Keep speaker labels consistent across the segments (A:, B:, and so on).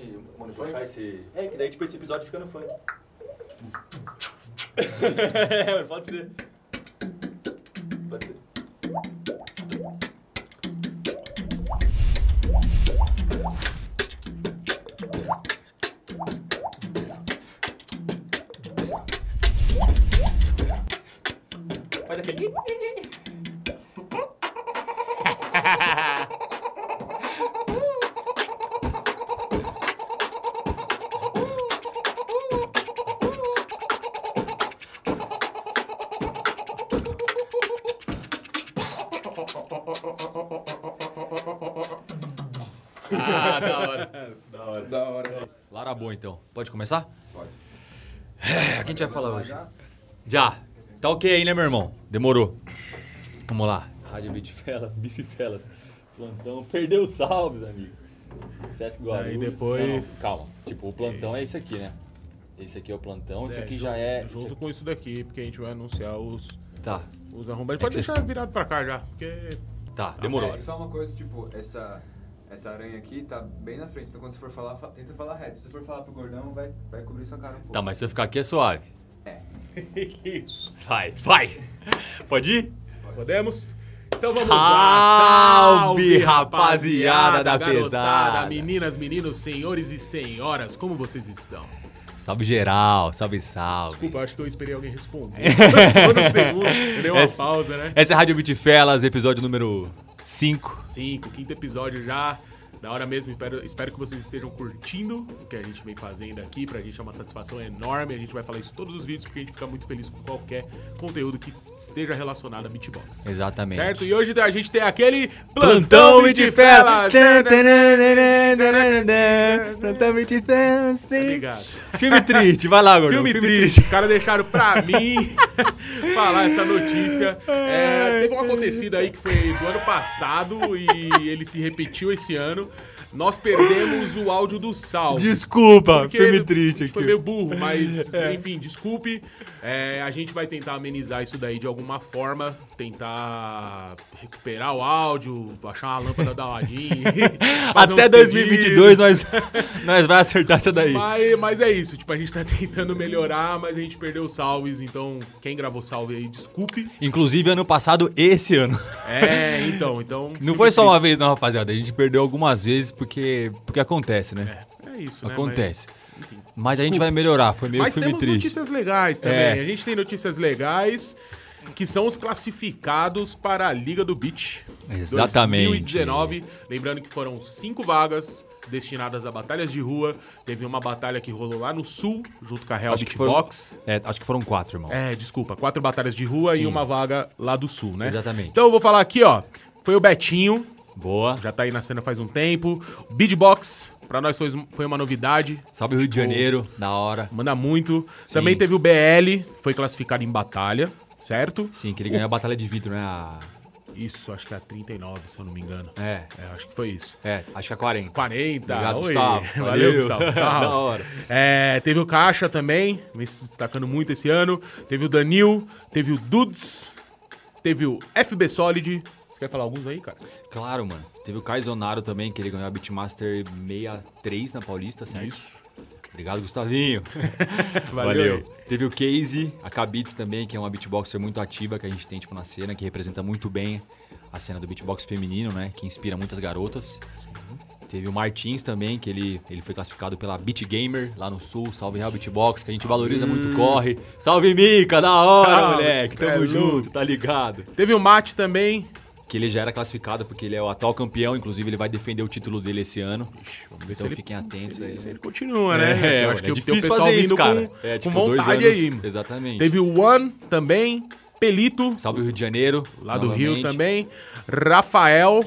A: de mano, puxar esse. É, que daí tipo esse episódio fica no funk. Pode ser. Pode ser. Faz aquele.
B: Ah, da hora.
A: Da hora.
C: Da hora.
B: Lara boa, então. Pode começar?
C: Pode.
B: É, o que a gente vai falar hoje? Já. Tá ok aí, né, meu irmão? Demorou. Vamos lá.
A: Rádio Bitfelas, Bififelas. Plantão perdeu os salves, amigo. Sesc Guarulhos.
D: Aí depois-
A: Não, não, calma. Tipo, o plantão é esse aqui, né? Esse aqui é o plantão, esse aqui já é. esse
D: Junto
A: aqui-
D: com isso daqui, porque a gente vai anunciar os,
B: Tá,
D: os arrombados. Pode
B: É que
D: deixar virado pra cá já, porque.
B: tá, demorou.
C: É, só uma coisa, tipo, essa, essa aranha aqui tá bem na frente. Então quando você for falar, fa- tenta falar reto. Se você for falar pro gordão, vai, vai cobrir sua cara um pouco.
B: Tá, mas se eu ficar aqui é suave.
C: É.
B: Vai, vai. Pode ir?
D: Podemos? Então vamos lá.
B: Salve, rapaziada da pesada.
D: Meninas, meninos, senhores e senhoras, como vocês estão?
B: Salve geral, salve, salve.
D: Desculpa, acho que eu esperei alguém responder. Todo segundo. Eu dei uma
B: Essa-
D: pausa, né?
B: Essa é a Rádio Bitfelas, episódio número 5.
D: Cinco, quinto episódio já. Da hora mesmo, espero, espero que vocês estejam curtindo o que a gente vem fazendo aqui. Pra gente é uma satisfação enorme. A gente vai falar isso em todos os vídeos, porque a gente fica muito feliz com qualquer conteúdo que esteja relacionado a beatbox.
B: Exatamente.
D: Certo? E hoje a gente tem aquele
B: Plantão
D: Bitfela.
B: Bitfelas! Plantão Bitfelas!
D: Obrigado.
B: Filme triste, vai lá, Gordão.
D: Tá um Filme, triste. Os caras deixaram pra mim falar essa notícia. É, teve um acontecido aí que foi do ano passado e ele se repetiu esse ano. Nós perdemos o áudio do salve.
B: Desculpa,
D: Porque
B: filme triste aqui.
D: Foi meio burro, mas enfim, desculpe. É, a gente vai tentar amenizar isso daí de alguma forma. Tentar recuperar o áudio, achar uma lâmpada da Aladdin. fazer um
B: Até
D: uns
B: 2022
D: pedidos.
B: nós, nós vai acertar essa daí.
D: Mas, mas é isso, tipo, a gente tá tentando melhorar, mas a gente perdeu os salves, então quem gravou salve aí, desculpe.
B: Inclusive ano passado e esse ano.
D: É, então, então.
B: Não foi só uma vez, não, rapaziada. A gente perdeu algumas vezes porque, porque acontece, né?
D: É isso, né?
B: acontece. Mas,
D: enfim,
B: a gente vai melhorar. Foi meio
D: Mas, mas
B: um filme
D: temos
B: triste.
D: notícias legais também.
B: É.
D: A gente tem notícias legais que são os classificados para a Liga do Beach.
B: Exatamente.
D: 2019. Lembrando que foram cinco vagas destinadas a batalhas de rua. Teve uma batalha que rolou lá no sul, junto com a Real
B: Acho que foram-
D: Beatbox.
B: É, acho que foram quatro, irmão.
D: É, desculpa, quatro batalhas de rua
B: Sim.
D: e uma vaga lá do sul, né?
B: Exatamente.
D: Então eu vou falar aqui, ó. Foi o Betinho,
B: Boa.
D: já tá aí na cena faz um tempo. O Beatbox, pra nós foi, foi uma novidade,
B: Salve Rio de
D: Tipo,
B: Janeiro, da hora.
D: manda muito. Também
B: Sim.
D: teve o BL, foi classificado em batalha, certo?
B: Sim, que ele ganhou a batalha de vidro, né? A-
D: Isso, acho que é a 39, se eu não me engano.
B: É,
D: É, acho que foi isso.
B: é, acho que é 40.
D: 40,
B: Obrigado,
D: oi.
B: Gustavo.
D: Valeu,
B: Valeu.
D: Gustavo. salve.
B: Da hora.
D: É, teve o Caixa também, vem se destacando muito esse ano. Teve o Danil, teve o Dudes, teve o FB Solid. Você quer falar alguns aí, cara?
B: Claro, mano. Teve o Caizonaro também, que ele ganhou a Beatmaster 63 na Paulista, certo?
D: Isso.
B: Obrigado, Gustavinho.
D: Valeu.
B: Teve o Casey, a Cabits também, que é uma beatboxer muito ativa que a gente tem tipo, na cena, que representa muito bem a cena do beatbox feminino, né? Que inspira muitas garotas. Teve o Martins também, que ele, ele foi classificado pela Beat Gamer lá no Sul. Salve Real Beatbox, que a gente valoriza muito, corre. Salve Mica, da hora,
D: Hum. Salve,
B: moleque.
D: cê é
B: Tamo
D: louco.
B: junto, tá ligado?
D: Teve o Mate também.
B: Que ele já era classificado porque ele é o atual campeão, inclusive ele vai defender o título dele esse ano.
D: Vamos
B: Então fiquem atentos aí.
D: Se ele continua,
B: É,
D: né? Eu
B: olha,
D: acho
B: é
D: que o- tem
B: difícil
D: o pessoal
B: fazer isso,
D: vindo
B: cara.
D: Com,
B: é, tipo,
D: com
B: dois
D: vontade
B: anos, assim.
D: aí.
B: Exatamente.
D: Teve o One também, Pelito,
B: Salve o Rio de Janeiro.
D: lá do Rio
B: novamente.
D: também, Rafael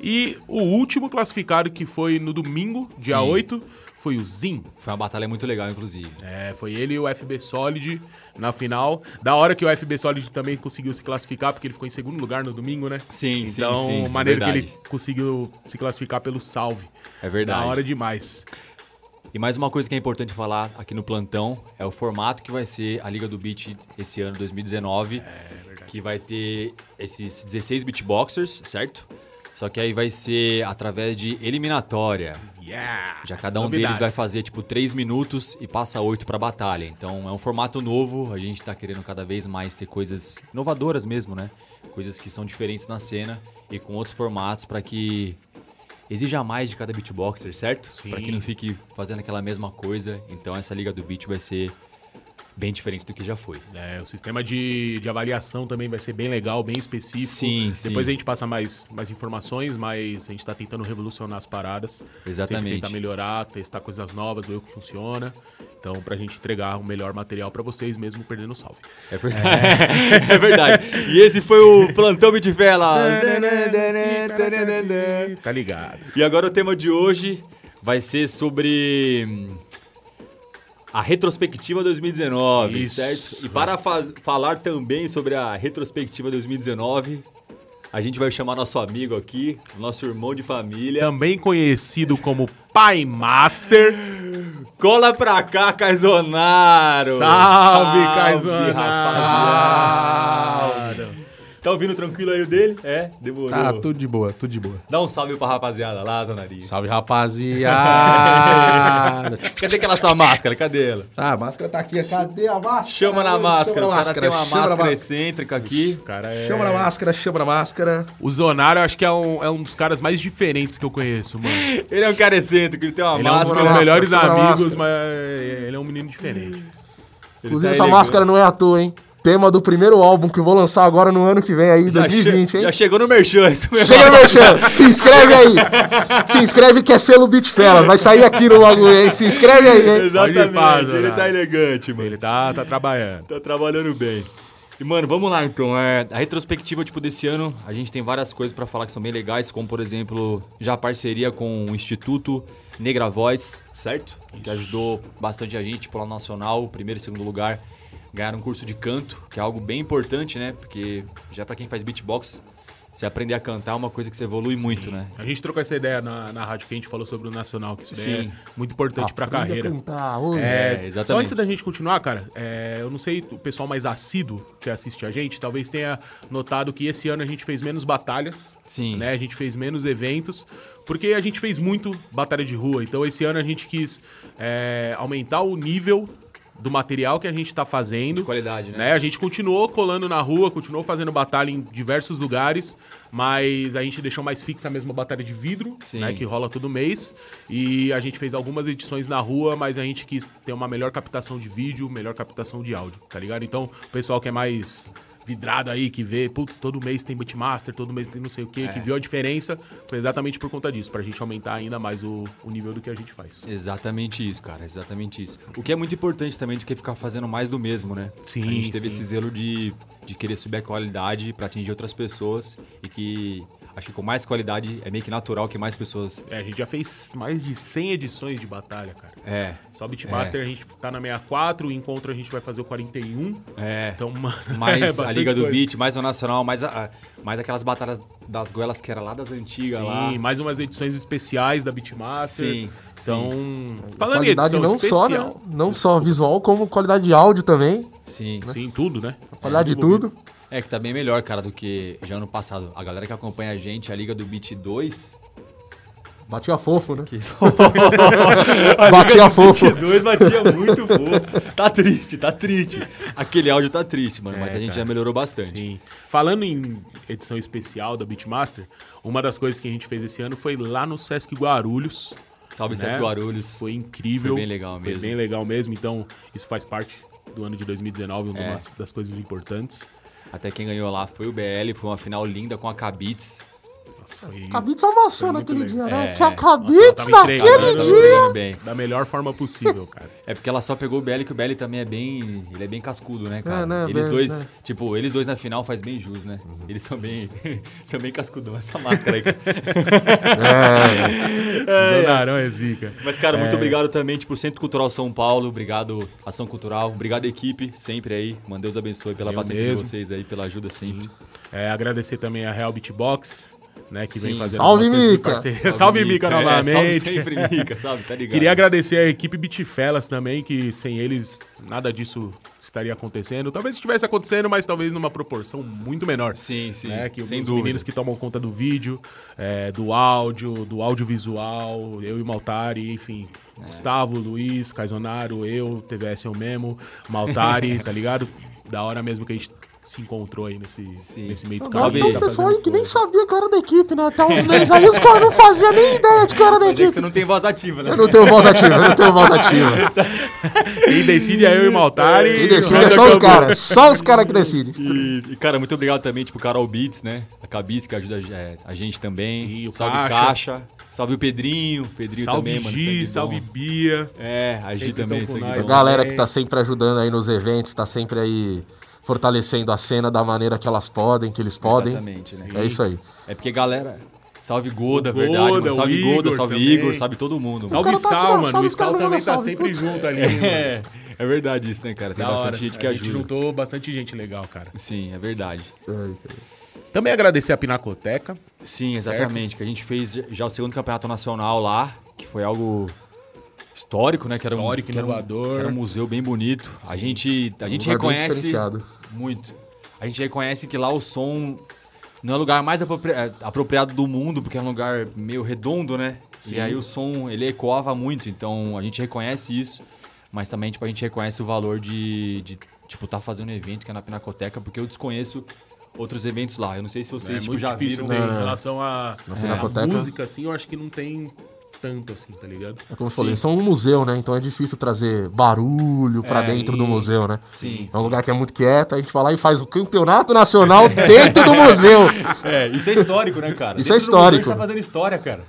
D: e o último classificado que foi no domingo, dia
B: Sim.
D: 8, foi o Zin.
B: Foi uma batalha muito legal, inclusive.
D: É, foi ele e o FB Solid na final. Da hora que o FB Solid também conseguiu se classificar, porque ele ficou em segundo lugar no domingo, né?
B: Sim, sim,
D: então,
B: sim, é
D: maneiro que
B: verdade.
D: ele conseguiu se classificar pelo salve.
B: É verdade.
D: Da hora demais.
B: E mais uma coisa que é importante falar aqui no plantão é o formato que vai ser a Liga do Beat esse ano
D: É,
B: 2019, que vai ter esses 16 beatboxers, certo? Só que aí vai ser através de eliminatória.
D: Yeah!
B: Já cada um
D: Novidades.
B: deles vai fazer tipo 3 minutos e passa 8 pra batalha. Então é um formato novo, a gente tá querendo cada vez mais ter coisas inovadoras mesmo, né? Coisas que são diferentes na cena e com outros formatos pra que exija mais de cada beatboxer, certo?
D: Sim.
B: Pra que não fique fazendo aquela mesma coisa. Então essa liga do beat vai ser bem diferente do que já foi.
D: É, o sistema de, de avaliação também vai ser bem legal, bem específico.
B: Sim, sim.
D: Depois a gente passa mais, mais informações, mas a gente tá tentando revolucionar as paradas.
B: Exatamente.
D: Sempre tentar melhorar, testar coisas novas, ver o que funciona. Então, pra gente entregar o melhor material pra vocês, mesmo perdendo o salve.
B: É verdade. É, verdade. E esse foi o Plantão Bitvelas.
D: Tá ligado.
B: E agora o tema de hoje vai ser sobre hum, a retrospectiva 2019,
D: Isso.
B: certo? E para faz- falar também sobre a retrospectiva 2019, a gente vai chamar nosso amigo aqui, nosso irmão de família.
D: Também conhecido como Pai Master.
B: Cola pra cá, Caizonaro!
D: Salve, Caizonaro!
B: rapaziada! Tá ouvindo tranquilo aí o dele? É? Demorou.
E: Tá, tudo de boa, tudo de boa.
B: Dá um salve pra rapaziada lá, Zonarinho.
E: Salve, rapaziada!
B: Cadê aquela sua máscara? Cadê ela?
E: tá, a máscara tá aqui. Cadê a máscara?
B: Chama na máscara, o cara tem uma
E: chama na
B: máscara
E: máscara.
B: excêntrica aqui.
D: O cara é...
E: Chama na máscara, chama na máscara.
D: O Zonaro, eu acho que é um, é um dos caras mais diferentes que eu conheço, mano.
B: Ele é um cara excêntrico, ele tem uma
D: Ele é um dos
B: máscara.
D: meus
E: máscara,
D: melhores
E: chama na
D: amigos,
E: máscara.
D: mas ele é um menino diferente.
B: ele
E: Inclusive,
B: tá
E: essa
B: elegante.
E: máscara não é à toa, hein? Tema do primeiro álbum que eu vou lançar agora no ano que vem aí,
B: Já che-
E: é 2020, hein?
B: Já chegou no merchan, isso mesmo.
E: Chega, meu chão! Se inscreve aí! Se inscreve que é selo Beat Fellas. Vai sair aqui no logo, hein? Se inscreve aí, hein?
D: Pode ir pra, né?
B: Exatamente, ele
D: Zonaro.
B: tá elegante, mano.
D: Ele tá, tá trabalhando.
B: Tá trabalhando bem. E, mano, vamos lá então. É, a retrospectiva, tipo, desse ano, a gente tem várias coisas pra falar que são bem legais, como, por exemplo, já a parceria com o Instituto Negra Voz, certo? Que ajudou bastante a gente, tipo, lá no Nacional, primeiro e segundo lugar, ganharam um curso de canto, que é algo bem importante, né? Porque já pra quem faz beatbox, você aprender a cantar é uma coisa que você evolui muito, né?
D: A gente trocou essa ideia na, na rádio que a gente falou sobre o Nacional, que isso daí
B: Sim.
D: é muito importante pra
E: Aprenda a
D: carreira.
E: cantar, ô,
D: É,
B: É, exatamente.
D: Só antes da gente continuar, cara, é, eu não sei o pessoal mais assíduo que assiste a gente, talvez tenha notado que esse ano a gente fez menos batalhas.
B: Sim.
D: Né? A gente fez menos eventos, porque a gente fez muito batalha de rua. Então esse ano a gente quis é, aumentar o nível do material que a gente tá fazendo.
B: De qualidade, né?
D: né? A gente continuou colando na rua, continuou fazendo batalha em diversos lugares, mas a gente deixou mais fixa a mesma batalha de vidro,
B: Sim.
D: né, que rola todo mês. E a gente fez algumas edições na rua, mas a gente quis ter uma melhor captação de vídeo, melhor captação de áudio, tá ligado? Então, o pessoal que é mais vidrado aí, que vê, putz, todo mês tem Beatmaster, todo mês tem não sei o quê, que viu a diferença, foi exatamente por conta disso, pra gente aumentar ainda mais o, o nível do que a gente faz.
B: Exatamente isso, cara, exatamente isso. O que é muito importante também do que ficar fazendo mais do mesmo, né?
D: Sim,
B: A gente teve
D: sim.
B: esse zelo de, de querer subir a qualidade pra atingir outras pessoas e que acho que com mais qualidade é meio que natural que mais pessoas.
D: É, a gente já fez mais de 100 edições de batalha, cara.
B: É,
D: Só Beatmaster a gente tá na 64, o encontro a gente vai fazer o 41.
B: é.
D: Então, mano. é
B: mais a
D: bastante
B: Liga do
D: coisa.
B: Beat, mais o Nacional, mais, a, a- mais aquelas batalhas das goelas que era lá das antigas lá.
D: Sim, mais umas edições especiais da Beatmaster.
B: Sim,
D: Então. Falando em
E: Qualidade
D: edição
E: não só, né?
D: especial.
E: Não só visual, como qualidade de áudio também.
B: Sim.
D: Sim, tudo, né?
E: Qualidade de tudo.
B: É que tá bem melhor, cara, do que já ano passado. A galera que acompanha a gente, a Liga do Beat 2.
E: Batia fofo, né? Batia fofo.
B: 22 batia muito pouco. Tá triste, tá triste. Aquele áudio tá triste, mano, mas a gente já melhorou bastante.
D: É, Sim. Falando em edição especial da Beatmaster, uma das coisas que a gente fez esse ano foi lá no Sesc Guarulhos.
B: Salve
D: né?
B: Sesc Guarulhos.
D: Foi incrível.
B: Foi bem legal mesmo.
D: Foi bem legal mesmo. Então, isso faz parte do ano de 2019, uma
B: É.
D: das- das coisas importantes.
B: Até quem ganhou lá foi o BL, foi uma final linda com a Cabits.
D: Nossa, foi.
E: Acabei de salvação
D: Foi muito
E: naquele
D: legal.
E: dia, né?
B: É,
E: Que acabei
D: nossa, ela
E: de
D: tava
B: Ela
E: naquele
D: entregando,
B: tava
E: dia.
B: jogando bem.
D: Da melhor forma possível, cara.
B: É porque ela só pegou o BL, que o BL também é bem. Ele é bem cascudo, né, cara?
E: É, né,
B: eles
E: bem,
B: dois,
E: né.
B: tipo, eles dois na final faz bem jus, né?
D: Uhum.
B: Eles são bem. são bem cascudão, essa máscara aí.
D: Zanarão é zica.
B: Mas, cara, muito obrigado também, tipo, Centro Cultural São Paulo, obrigado Ação Cultural, obrigado equipe, sempre aí. Mano, Deus abençoe pela
D: Eu
B: paciência
D: mesmo.
B: de vocês aí, pela ajuda sempre.
D: É, agradecer também a Real Beatbox, né, que
B: Sim.
D: vem fazendo
E: Salve,
D: algumas coisas de
E: Mica!
D: parceria. Salve, Mica, novamente.
B: É, salve sempre, Mica, sabe? Tá ligado?
D: Queria agradecer a equipe Bitfelas também, que sem eles nada disso estaria acontecendo. Talvez estivesse acontecendo, mas talvez numa proporção muito menor.
B: Sim, sim,
D: Né? Que
B: sem
D: os
B: dúvida.
D: meninos que tomam conta do vídeo, é, do áudio, do audiovisual, eu e Maltari, enfim. Gustavo, Luiz, Caisonaro, eu, TVS eu mesmo, Maltari, tá ligado? Da hora mesmo que a gente se encontrou aí nesse,
B: Sim.
D: nesse meio do
B: Agora
D: caminho,
B: tem um
D: tá
B: Tá
E: pessoal né? aí
D: fazendo
E: que nem
D: coisa.
E: sabia que eu era da equipe, né? Até uns meses aí os caras não faziam nem ideia de que eu era da
B: Mas é que
E: equipe.
B: você não tem voz ativa, né?
E: Eu não tenho voz ativa, eu não tenho voz ativa.
D: Quem decide é eu e Maltari.
E: Quem
D: e
E: decide
D: roda
E: é só os
D: campo.
E: caras, só os caras que decidem.
B: E, e, cara, muito obrigado também, tipo, Carol Beats, né? A Cabits, que ajuda é, a gente também.
D: Sim, o
B: salve o
D: Caixa.
B: Caixa. Salve o Pedrinho. o Pedrinho
D: Salve
B: também, mano.
D: Gi,
B: sangue
D: salve
B: bom.
D: Bia.
B: É, a Gi
D: Sempre
B: também,
D: tão com
B: sangue
D: nós.
E: A
B: bom.
E: galera que tá sempre ajudando aí nos eventos, tá sempre aí fortalecendo a cena da maneira que elas podem, que eles podem.
B: Exatamente, né?
E: É isso aí.
B: É porque, galera. Salve Goda,
D: O
B: verdade.
D: Goda,
B: mano.
D: o
B: Salve
D: Igor
B: Goda, salve
D: também.
B: Igor, salve todo mundo. mano.
D: Salve
E: cara tá aqui,
D: Sal,
E: ó,
D: mano.
E: salve
D: O Sal
E: Sal,
D: também
E: manda
D: tá
E: salve,
D: sempre
E: putz.
D: junto ali. mano.
B: É, é verdade isso, né, cara? Tem
D: Da
B: bastante
D: hora.
B: gente que
D: a gente
B: ajuda.
D: juntou bastante gente legal, cara.
B: Sim, é verdade.
D: Também agradecer a Pinacoteca.
B: Sim, exatamente. Que a gente fez já o segundo campeonato nacional lá, que foi algo histórico, né? Que era um,
D: Histórico,
B: que era um-
D: inovador. Um
B: que era um museu bem bonito. A gente, a gente
E: lugar bem
B: reconhece
E: diferenciado.
B: muito. A gente reconhece que lá o som não é o lugar mais apropri- eh, apropriado do mundo, porque é um lugar meio redondo, né? E aí o som, ele ecoava muito. Então, a gente reconhece isso. Mas também, tipo, a gente reconhece o valor de, de tipo, tá fazendo um evento que é na Pinacoteca, porque eu desconheço outros eventos lá. Eu não sei se vocês,
D: É
B: tipo,
D: muito
B: já
D: difícil
B: viram.
D: né,
E: Não, não,
D: em
E: não.
D: relação à
E: Pinacoteca.
D: à música, assim, eu acho que não tem tanto, assim, tá ligado?
E: É como eu falei, são um museu, né? Então é difícil trazer barulho pra dentro do museu, né?
B: É, Sim.
E: É um lugar que é muito quieto, a gente vai lá e faz o campeonato nacional dentro do museu.
B: É, isso é histórico, né, cara?
E: Isso é
B: Dentro do museu,
E: histórico.
B: A gente tá fazendo história, cara.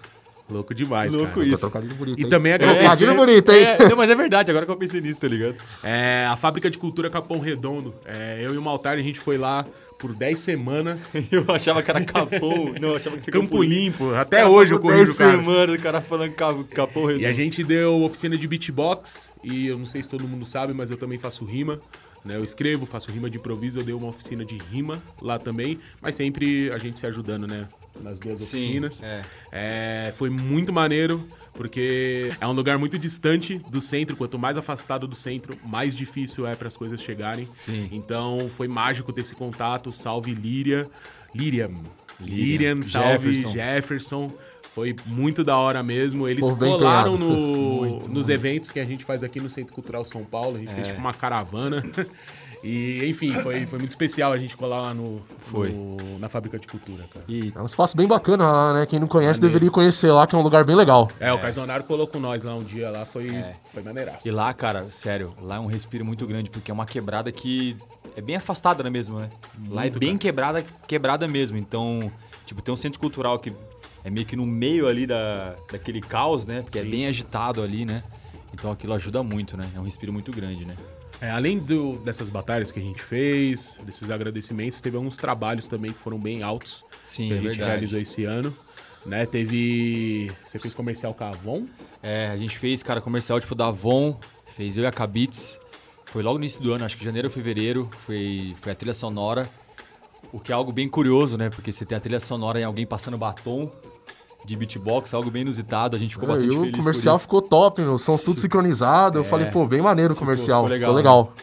D: Louco demais,
B: Louco
D: cara.
B: isso.
E: Trocadilho bonito,
D: E
E: hein?
D: também agradecer-
E: Trocadilho bonito, hein?
B: É, não, mas é verdade, agora que eu pensei nisso, tá ligado?
D: É, a Fábrica de Cultura Capão Redondo. É, eu e o Maltari, a gente foi lá por 10 semanas.
B: Eu achava que era capô. Não, eu achava que era
D: Campo Limpo. Até
B: Cara,
D: hoje eu
B: passou
D: corrijo,
B: dez
D: o cara.
B: semanas, o cara falando ca- capô redondo.
D: E a gente deu oficina de beatbox, e eu não sei se todo mundo sabe, mas eu também faço rima. Né? Eu escrevo, faço rima de improviso, eu dei uma oficina de rima lá também, mas sempre a gente se ajudando, né? Nas duas
B: Sim,
D: oficinas.
B: é.
D: É, foi muito maneiro, porque é um lugar muito distante do centro. Quanto mais afastado do centro, mais difícil é para as coisas chegarem.
B: Sim.
D: Então foi mágico ter esse contato. Salve Líria. Líria.
B: Líria.
D: Líriam, salve
B: Jefferson.
D: Jefferson. Foi muito da hora mesmo. Eles
E: Povo bem
D: colaram
E: empenhado.
D: no- nos eventos que a gente faz aqui no Centro Cultural São Paulo. A gente
B: É.
D: fez tipo uma caravana. E, enfim, foi, foi muito especial a gente colar lá no,
B: Foi.
D: no- na Fábrica de Cultura, cara.
B: E
E: É um espaço bem bacana lá, né? Quem não conhece deveria conhecer lá, que é um lugar bem legal.
D: É, o Caisonaro colocou nós lá um dia lá, foi, foi maneiraço.
B: É. E lá, cara, sério, lá é um respiro muito grande, porque é uma quebrada que é bem afastada né, mesmo, né? lá é bem quebrada, quebrada mesmo. Então, tipo, tem um centro cultural que é meio que no meio ali da, daquele caos, né? Porque é bem agitado ali, né? Então aquilo ajuda muito, né? É um respiro muito grande, né?
D: É, além do- dessas batalhas que a gente fez, desses agradecimentos, teve alguns trabalhos também que foram bem altos
B: Sim,
D: que a
B: é
D: gente
B: verdade.
D: realizou esse ano. Né? Teve. Você fez comercial com a Avon?
B: É, a gente fez, cara, comercial tipo da Avon, fez eu e a Cabits. Foi logo no início do ano, acho que janeiro ou fevereiro, foi, foi a trilha sonora. O que é algo bem curioso, né? Porque você tem a trilha sonora em alguém passando batom de beatbox, algo bem inusitado, a gente ficou
E: É,
B: bastante
E: e o
B: feliz por
E: comercial
B: isso. É.
E: ficou top, meu. Sons tudo sincronizado. Eu falei, pô, bem maneiro o comercial.
B: ficou
E: Ficou
B: legal,
E: legal.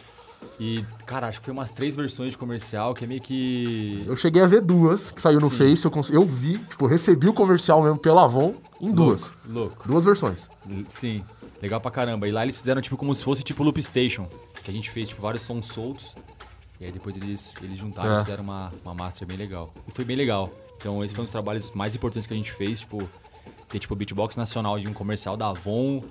B: E, cara, acho que foi umas três versões de comercial, que é meio que...
E: Eu cheguei a ver duas que saiu no Face. Eu, cons- eu vi, tipo, recebi o comercial mesmo pela Avon em duas.
B: Louco.
E: Duas versões.
B: Sim, legal pra caramba. E lá eles fizeram tipo como se fosse tipo Loop Station, que a gente fez tipo vários sons soltos. E aí depois eles, eles juntaram e
E: É.
B: fizeram uma, uma master bem legal. E foi bem legal. Então esse foi um dos trabalhos mais importantes que a gente fez, tipo, ter tipo beatbox nacional de um comercial da Avon.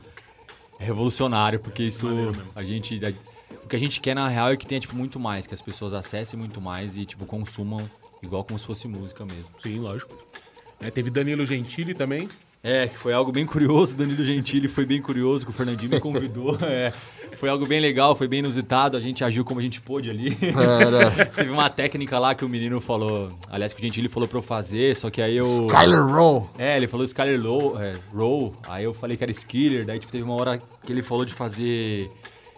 B: É revolucionário, porque isso a gente a- o que a gente quer na real é que tenha tipo muito mais, que as pessoas acessem muito mais e tipo consumam igual como se fosse música mesmo.
D: Sim, lógico. Né, teve Danilo Gentili também.
B: É, que foi algo bem curioso, Danilo Gentili foi bem curioso, que o Fernandinho me convidou. é. Foi algo bem legal, foi bem inusitado, a gente agiu como a gente pôde ali.
E: Era
B: Teve uma técnica lá que o menino falou, aliás, que o Gentili falou pra eu fazer, só que aí eu...
E: Kyler Roll.
B: É, ele falou Skyler Low, é, Roll, aí eu falei que era Skiller, daí tipo, teve uma hora que ele falou de fazer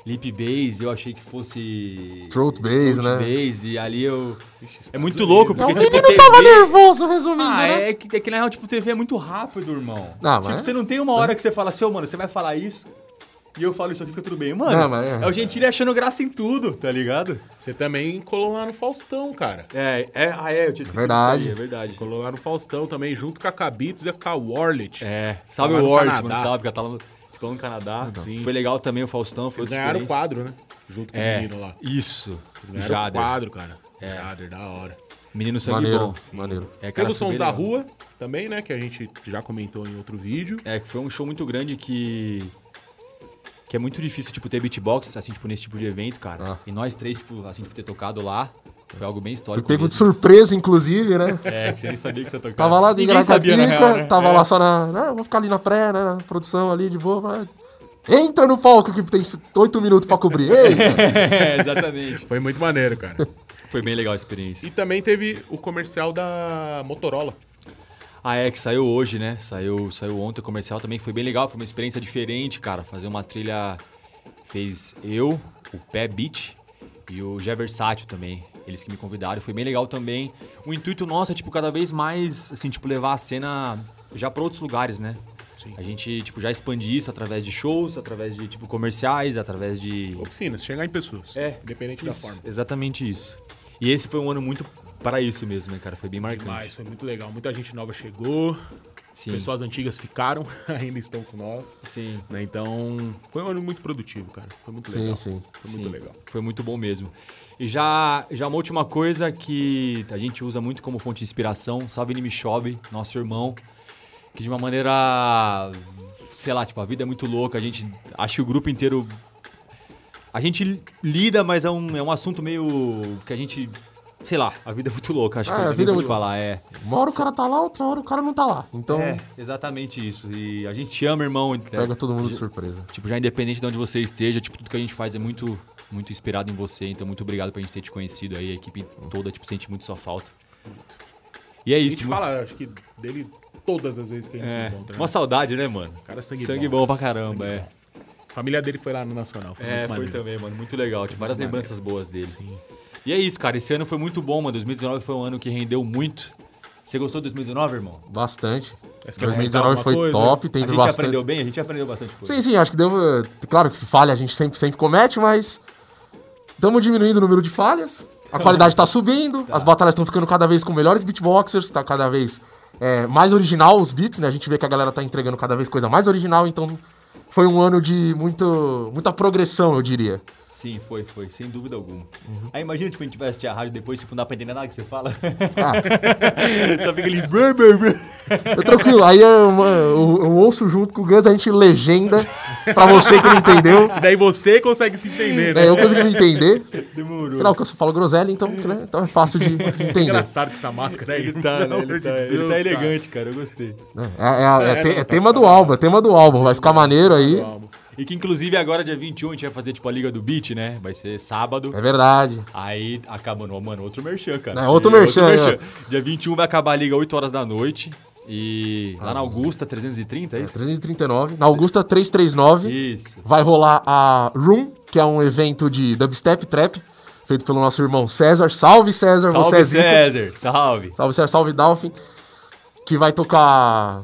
B: Lip Bass, eu achei que fosse...
E: Throat bass, né?
B: Bass, e ali eu... é muito louco, porque
E: o menino
B: TV
E: tava nervoso, resumindo,
B: ah,
E: né?
B: é que, é que na real, tipo, TV é muito rápido, irmão.
E: Ah,
B: tipo,
E: mas-
B: você não tem uma hora que você fala assim, ô, mano, você vai falar isso?
A: e eu falo isso aqui, fica tudo bem. Mano,
E: Não, mas é.
A: é. o Gentili achando graça em tudo, tá ligado?
D: Você também colou lá no Faustão, cara.
A: É, é, ah, é, eu tinha esquecido disso
E: Verdade.
A: aí, é verdade.
D: Colou lá no Faustão também, junto com a Cabits e com a Warlet.
B: É, sabe
D: Lá
B: o
D: no
B: Word,
D: Canadá.
B: mano, sabe? Que ela tá lá no, ficou lá no Canadá.
E: Então.
D: Sim.
B: Foi legal também o Faustão. Foi
D: Eles
B: outra
D: ganharam o
B: experiência.
D: quadro, né? Junto com o
B: É,
D: menino lá.
B: isso.
D: Eles ganharam
B: Jader. É.
D: o quadro, cara. Jader, da hora.
B: Menino sangue
E: Maneiro,
B: bom.
E: maneiro.
B: É, cara,
D: Teve os
B: foi
D: sons
B: bem
D: da
B: legal.
D: rua também, né? Que a gente já comentou em outro vídeo.
B: É, que foi um show muito grande que. Que é muito difícil, tipo, ter beatbox, assim, tipo, nesse tipo de evento, cara.
E: Ah.
B: E nós três, tipo, assim, tipo, ter tocado lá. Foi algo bem
E: Fui
B: histórico.
E: pego de
B: mesmo.
E: surpresa, inclusive, né?
A: É, que você nem sabia que você tocava.
E: Tava lá de
A: Ninguém sabia, na real, né?
E: Graçapica, tava
A: É.
E: lá só na. Não, vou ficar ali na pré, né? Na produção ali de boa. vai. Entra no palco que tem oito minutos pra cobrir. Eita!
A: É, exatamente.
D: Foi muito maneiro, cara.
B: Foi bem legal a experiência.
D: e também teve o comercial da Motorola.
B: Ah, é, que saiu hoje, né? Saiu, saiu ontem o comercial também, que foi bem legal, foi uma experiência diferente, cara. Fazer uma trilha. Fez eu, o Pé Beat e o Jé Versátil também. Eles que me convidaram, foi bem legal também. O intuito nosso é, tipo, cada vez mais, assim, tipo, levar a cena já pra outros lugares, né?
D: Sim.
B: A gente, tipo, já expande isso através de shows, através de, tipo, comerciais, através de.
D: Oficinas, chegar em pessoas.
B: É,
D: Independente da
B: Isso,
D: forma.
B: Exatamente isso. E esse foi um ano muito para isso mesmo, né, cara? Foi bem marcante.
D: Demais, foi muito legal. Muita gente nova chegou.
B: Sim.
D: Pessoas antigas ficaram, ainda estão com nós.
B: Sim.
D: né? Então, foi um ano muito produtivo, cara. Foi muito
E: Sim,
D: legal.
E: sim.
D: Foi muito
B: Sim,
D: legal.
B: Foi muito bom mesmo. E já, já uma última coisa que a gente usa muito como fonte de inspiração, Savini Michobi, nosso irmão, que de uma maneira, sei lá, tipo, a vida é muito louca, a gente acha que o grupo inteiro... A gente lida, mas é um, é um assunto meio que a gente, sei lá, a vida é muito louca, acho
E: Ah,
B: que eu
E: a
B: também
E: vida é
B: vou te
E: muito
B: falar, é...
E: Uma hora o cara tá lá, outra hora o cara não tá lá. Então,
B: É, exatamente isso. E a gente te ama, irmão.
E: pega todo mundo de surpresa.
B: Tipo, já independente de onde você esteja, tipo, tudo que a gente faz é muito, muito inspirado em você. Então, muito obrigado por a gente ter te conhecido aí. A equipe toda, tipo, sente muito sua falta. E é
D: A
B: isso.
D: gente
B: mu-
D: fala, acho que, dele todas as vezes que a gente se
B: é,
D: encontra. né?
B: uma saudade, né, mano?
D: Cara, sangue,
B: Sangue, bom. pra caramba, é.
D: A família dele foi lá no Nacional. Foi
B: É, foi
D: muito maneiro.
B: também, mano. Muito legal. Tipo, várias lembranças boas dele. E é isso, cara. Esse ano foi muito bom, mano. 2019 foi um ano que rendeu muito. Você gostou de 2019, irmão?
E: Bastante.
D: Mas quer comentar
E: 2019
D: alguma
E: foi
D: coisa?
E: top,
B: A
E: teve
B: gente
E: bastante.
B: aprendeu bem, a gente aprendeu bastante coisa.
E: Sim, sim, acho que deu. eh, Claro que falha a gente sempre, sempre comete, mas. Estamos diminuindo o número de falhas, a qualidade tá subindo, as batalhas estão ficando cada vez com melhores beatboxers, tá cada vez é, mais original os beats, né? A gente vê que a galera tá entregando cada vez coisa mais original, então foi um ano de muito, muita progressão, eu diria.
B: Sim, foi, foi, sem dúvida alguma.
E: Uhum.
B: Aí imagina, tipo, a gente vai assistir a rádio depois, tipo, não dá pra entender nada que você fala.
E: Ah.
B: Só fica ali. "Brr, brr, brr".
E: Eu tranquilo, aí eu, eu- eu ouço junto com o Gus, a gente legenda, pra você que não entendeu.
D: E daí você consegue se entender, né?
E: É, eu consigo entender.
B: Demorou.
E: Afinal, que eu só falo groselha, então, né, então é fácil de entender.
D: Engraçado com essa máscara aí.
B: Ele tá,
D: Pelo
B: né? Ele
D: amor
B: tá,
D: de
B: ele
D: Deus,
B: tá
D: cara.
B: elegante, cara. eu gostei.
E: É, é- é te- é tema do álbum, é tema do álbum, vai ficar maneiro aí.
D: Vamos.
B: E que, inclusive, agora, dia 21, a gente vai fazer, tipo, a Liga do Beat, né? Vai ser sábado.
E: É verdade.
B: Aí acaba, no- mano, outro merchan, cara.
E: É, outro
B: E-
E: merchan, é.
B: Dia 21 vai acabar a Liga 8 horas da noite. E
E: Ah.
B: lá na Augusta, 330, é isso?
E: 339. Na Augusta 339
B: Isso.
E: vai rolar a Room, que é um evento de dubstep trap, feito pelo nosso irmão César. Salve César, você é
B: Salve,
E: zica.
B: César. Salve.
E: Salve César, salve Dolphin. Que vai tocar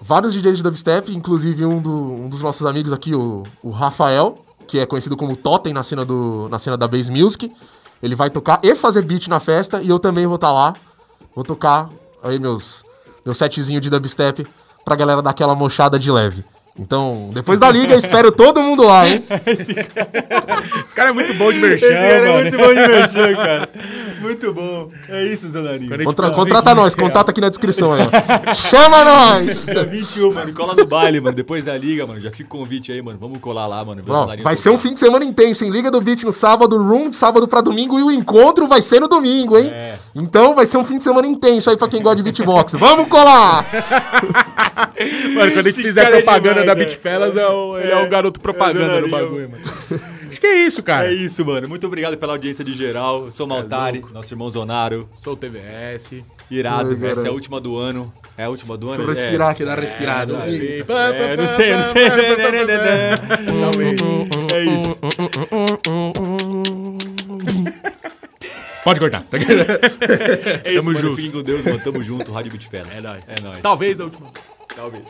E: vários DJs de dubstep, inclusive um, do- um dos nossos amigos aqui, o, o Rafael, que é conhecido como Totem na cena, do, na cena da Bass Music. Ele vai tocar e fazer beat na festa, e eu também vou estar lá. Vou tocar aí meus, meu setzinho de dubstep pra galera dar aquela mochada de leve. Então, depois da liga, espero todo mundo lá, hein?
D: Esse cara é muito bom de merchan, mano.
B: é bom de merchan, cara. Muito bom. É isso, Zanarinho.
D: Quando a gente assim, É,
E: Contra-
D: produzir
E: contrata nós,
D: comercial.
E: contato aqui na descrição aí, ó. Chama nós!
B: Dia 21, mano. Cola no baile, mano. Depois da liga, mano. Já fica o convite aí, mano. Vamos colar lá, mano. ver o
E: Ó,
B: Sonarinho
E: vai
B: tocar.
E: ser um fim de semana intenso, hein? Liga do Beat no sábado, Room de sábado pra domingo e o encontro vai ser no domingo, hein?
D: É.
E: Então vai ser um fim de semana intenso aí pra quem gosta de beatbox. Vamos colar!
D: Mano, quando a gente fizer
B: cara é
D: propaganda
B: demais,
D: da
B: né?
D: Bitfellas, é o- ele é o garoto propaganda do
B: Zanarinho.
D: bagulho, mano. Acho que é isso, cara.
B: É isso, mano. Muito obrigado pela audiência de geral. Eu sou Maltari, nosso irmão Zonaro.
D: Sou o TVS.
B: Irado. Essa
E: Ai,
B: é a
E: garoto.
B: última do ano. É a última do ano?
F: aqui, dar respirada.
B: É, é não sei, não sei.
D: Talvez.
B: É isso.
D: Pode cortar.
B: É isso,
D: Tamo
B: mano.
D: junto.
B: Fiquem com Deus, mano. Tamo junto. Rádio Bitpela.
D: É nóis.
B: É nóis.
D: Talvez a última.
B: Talvez.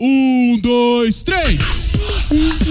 F: Um, dois, três!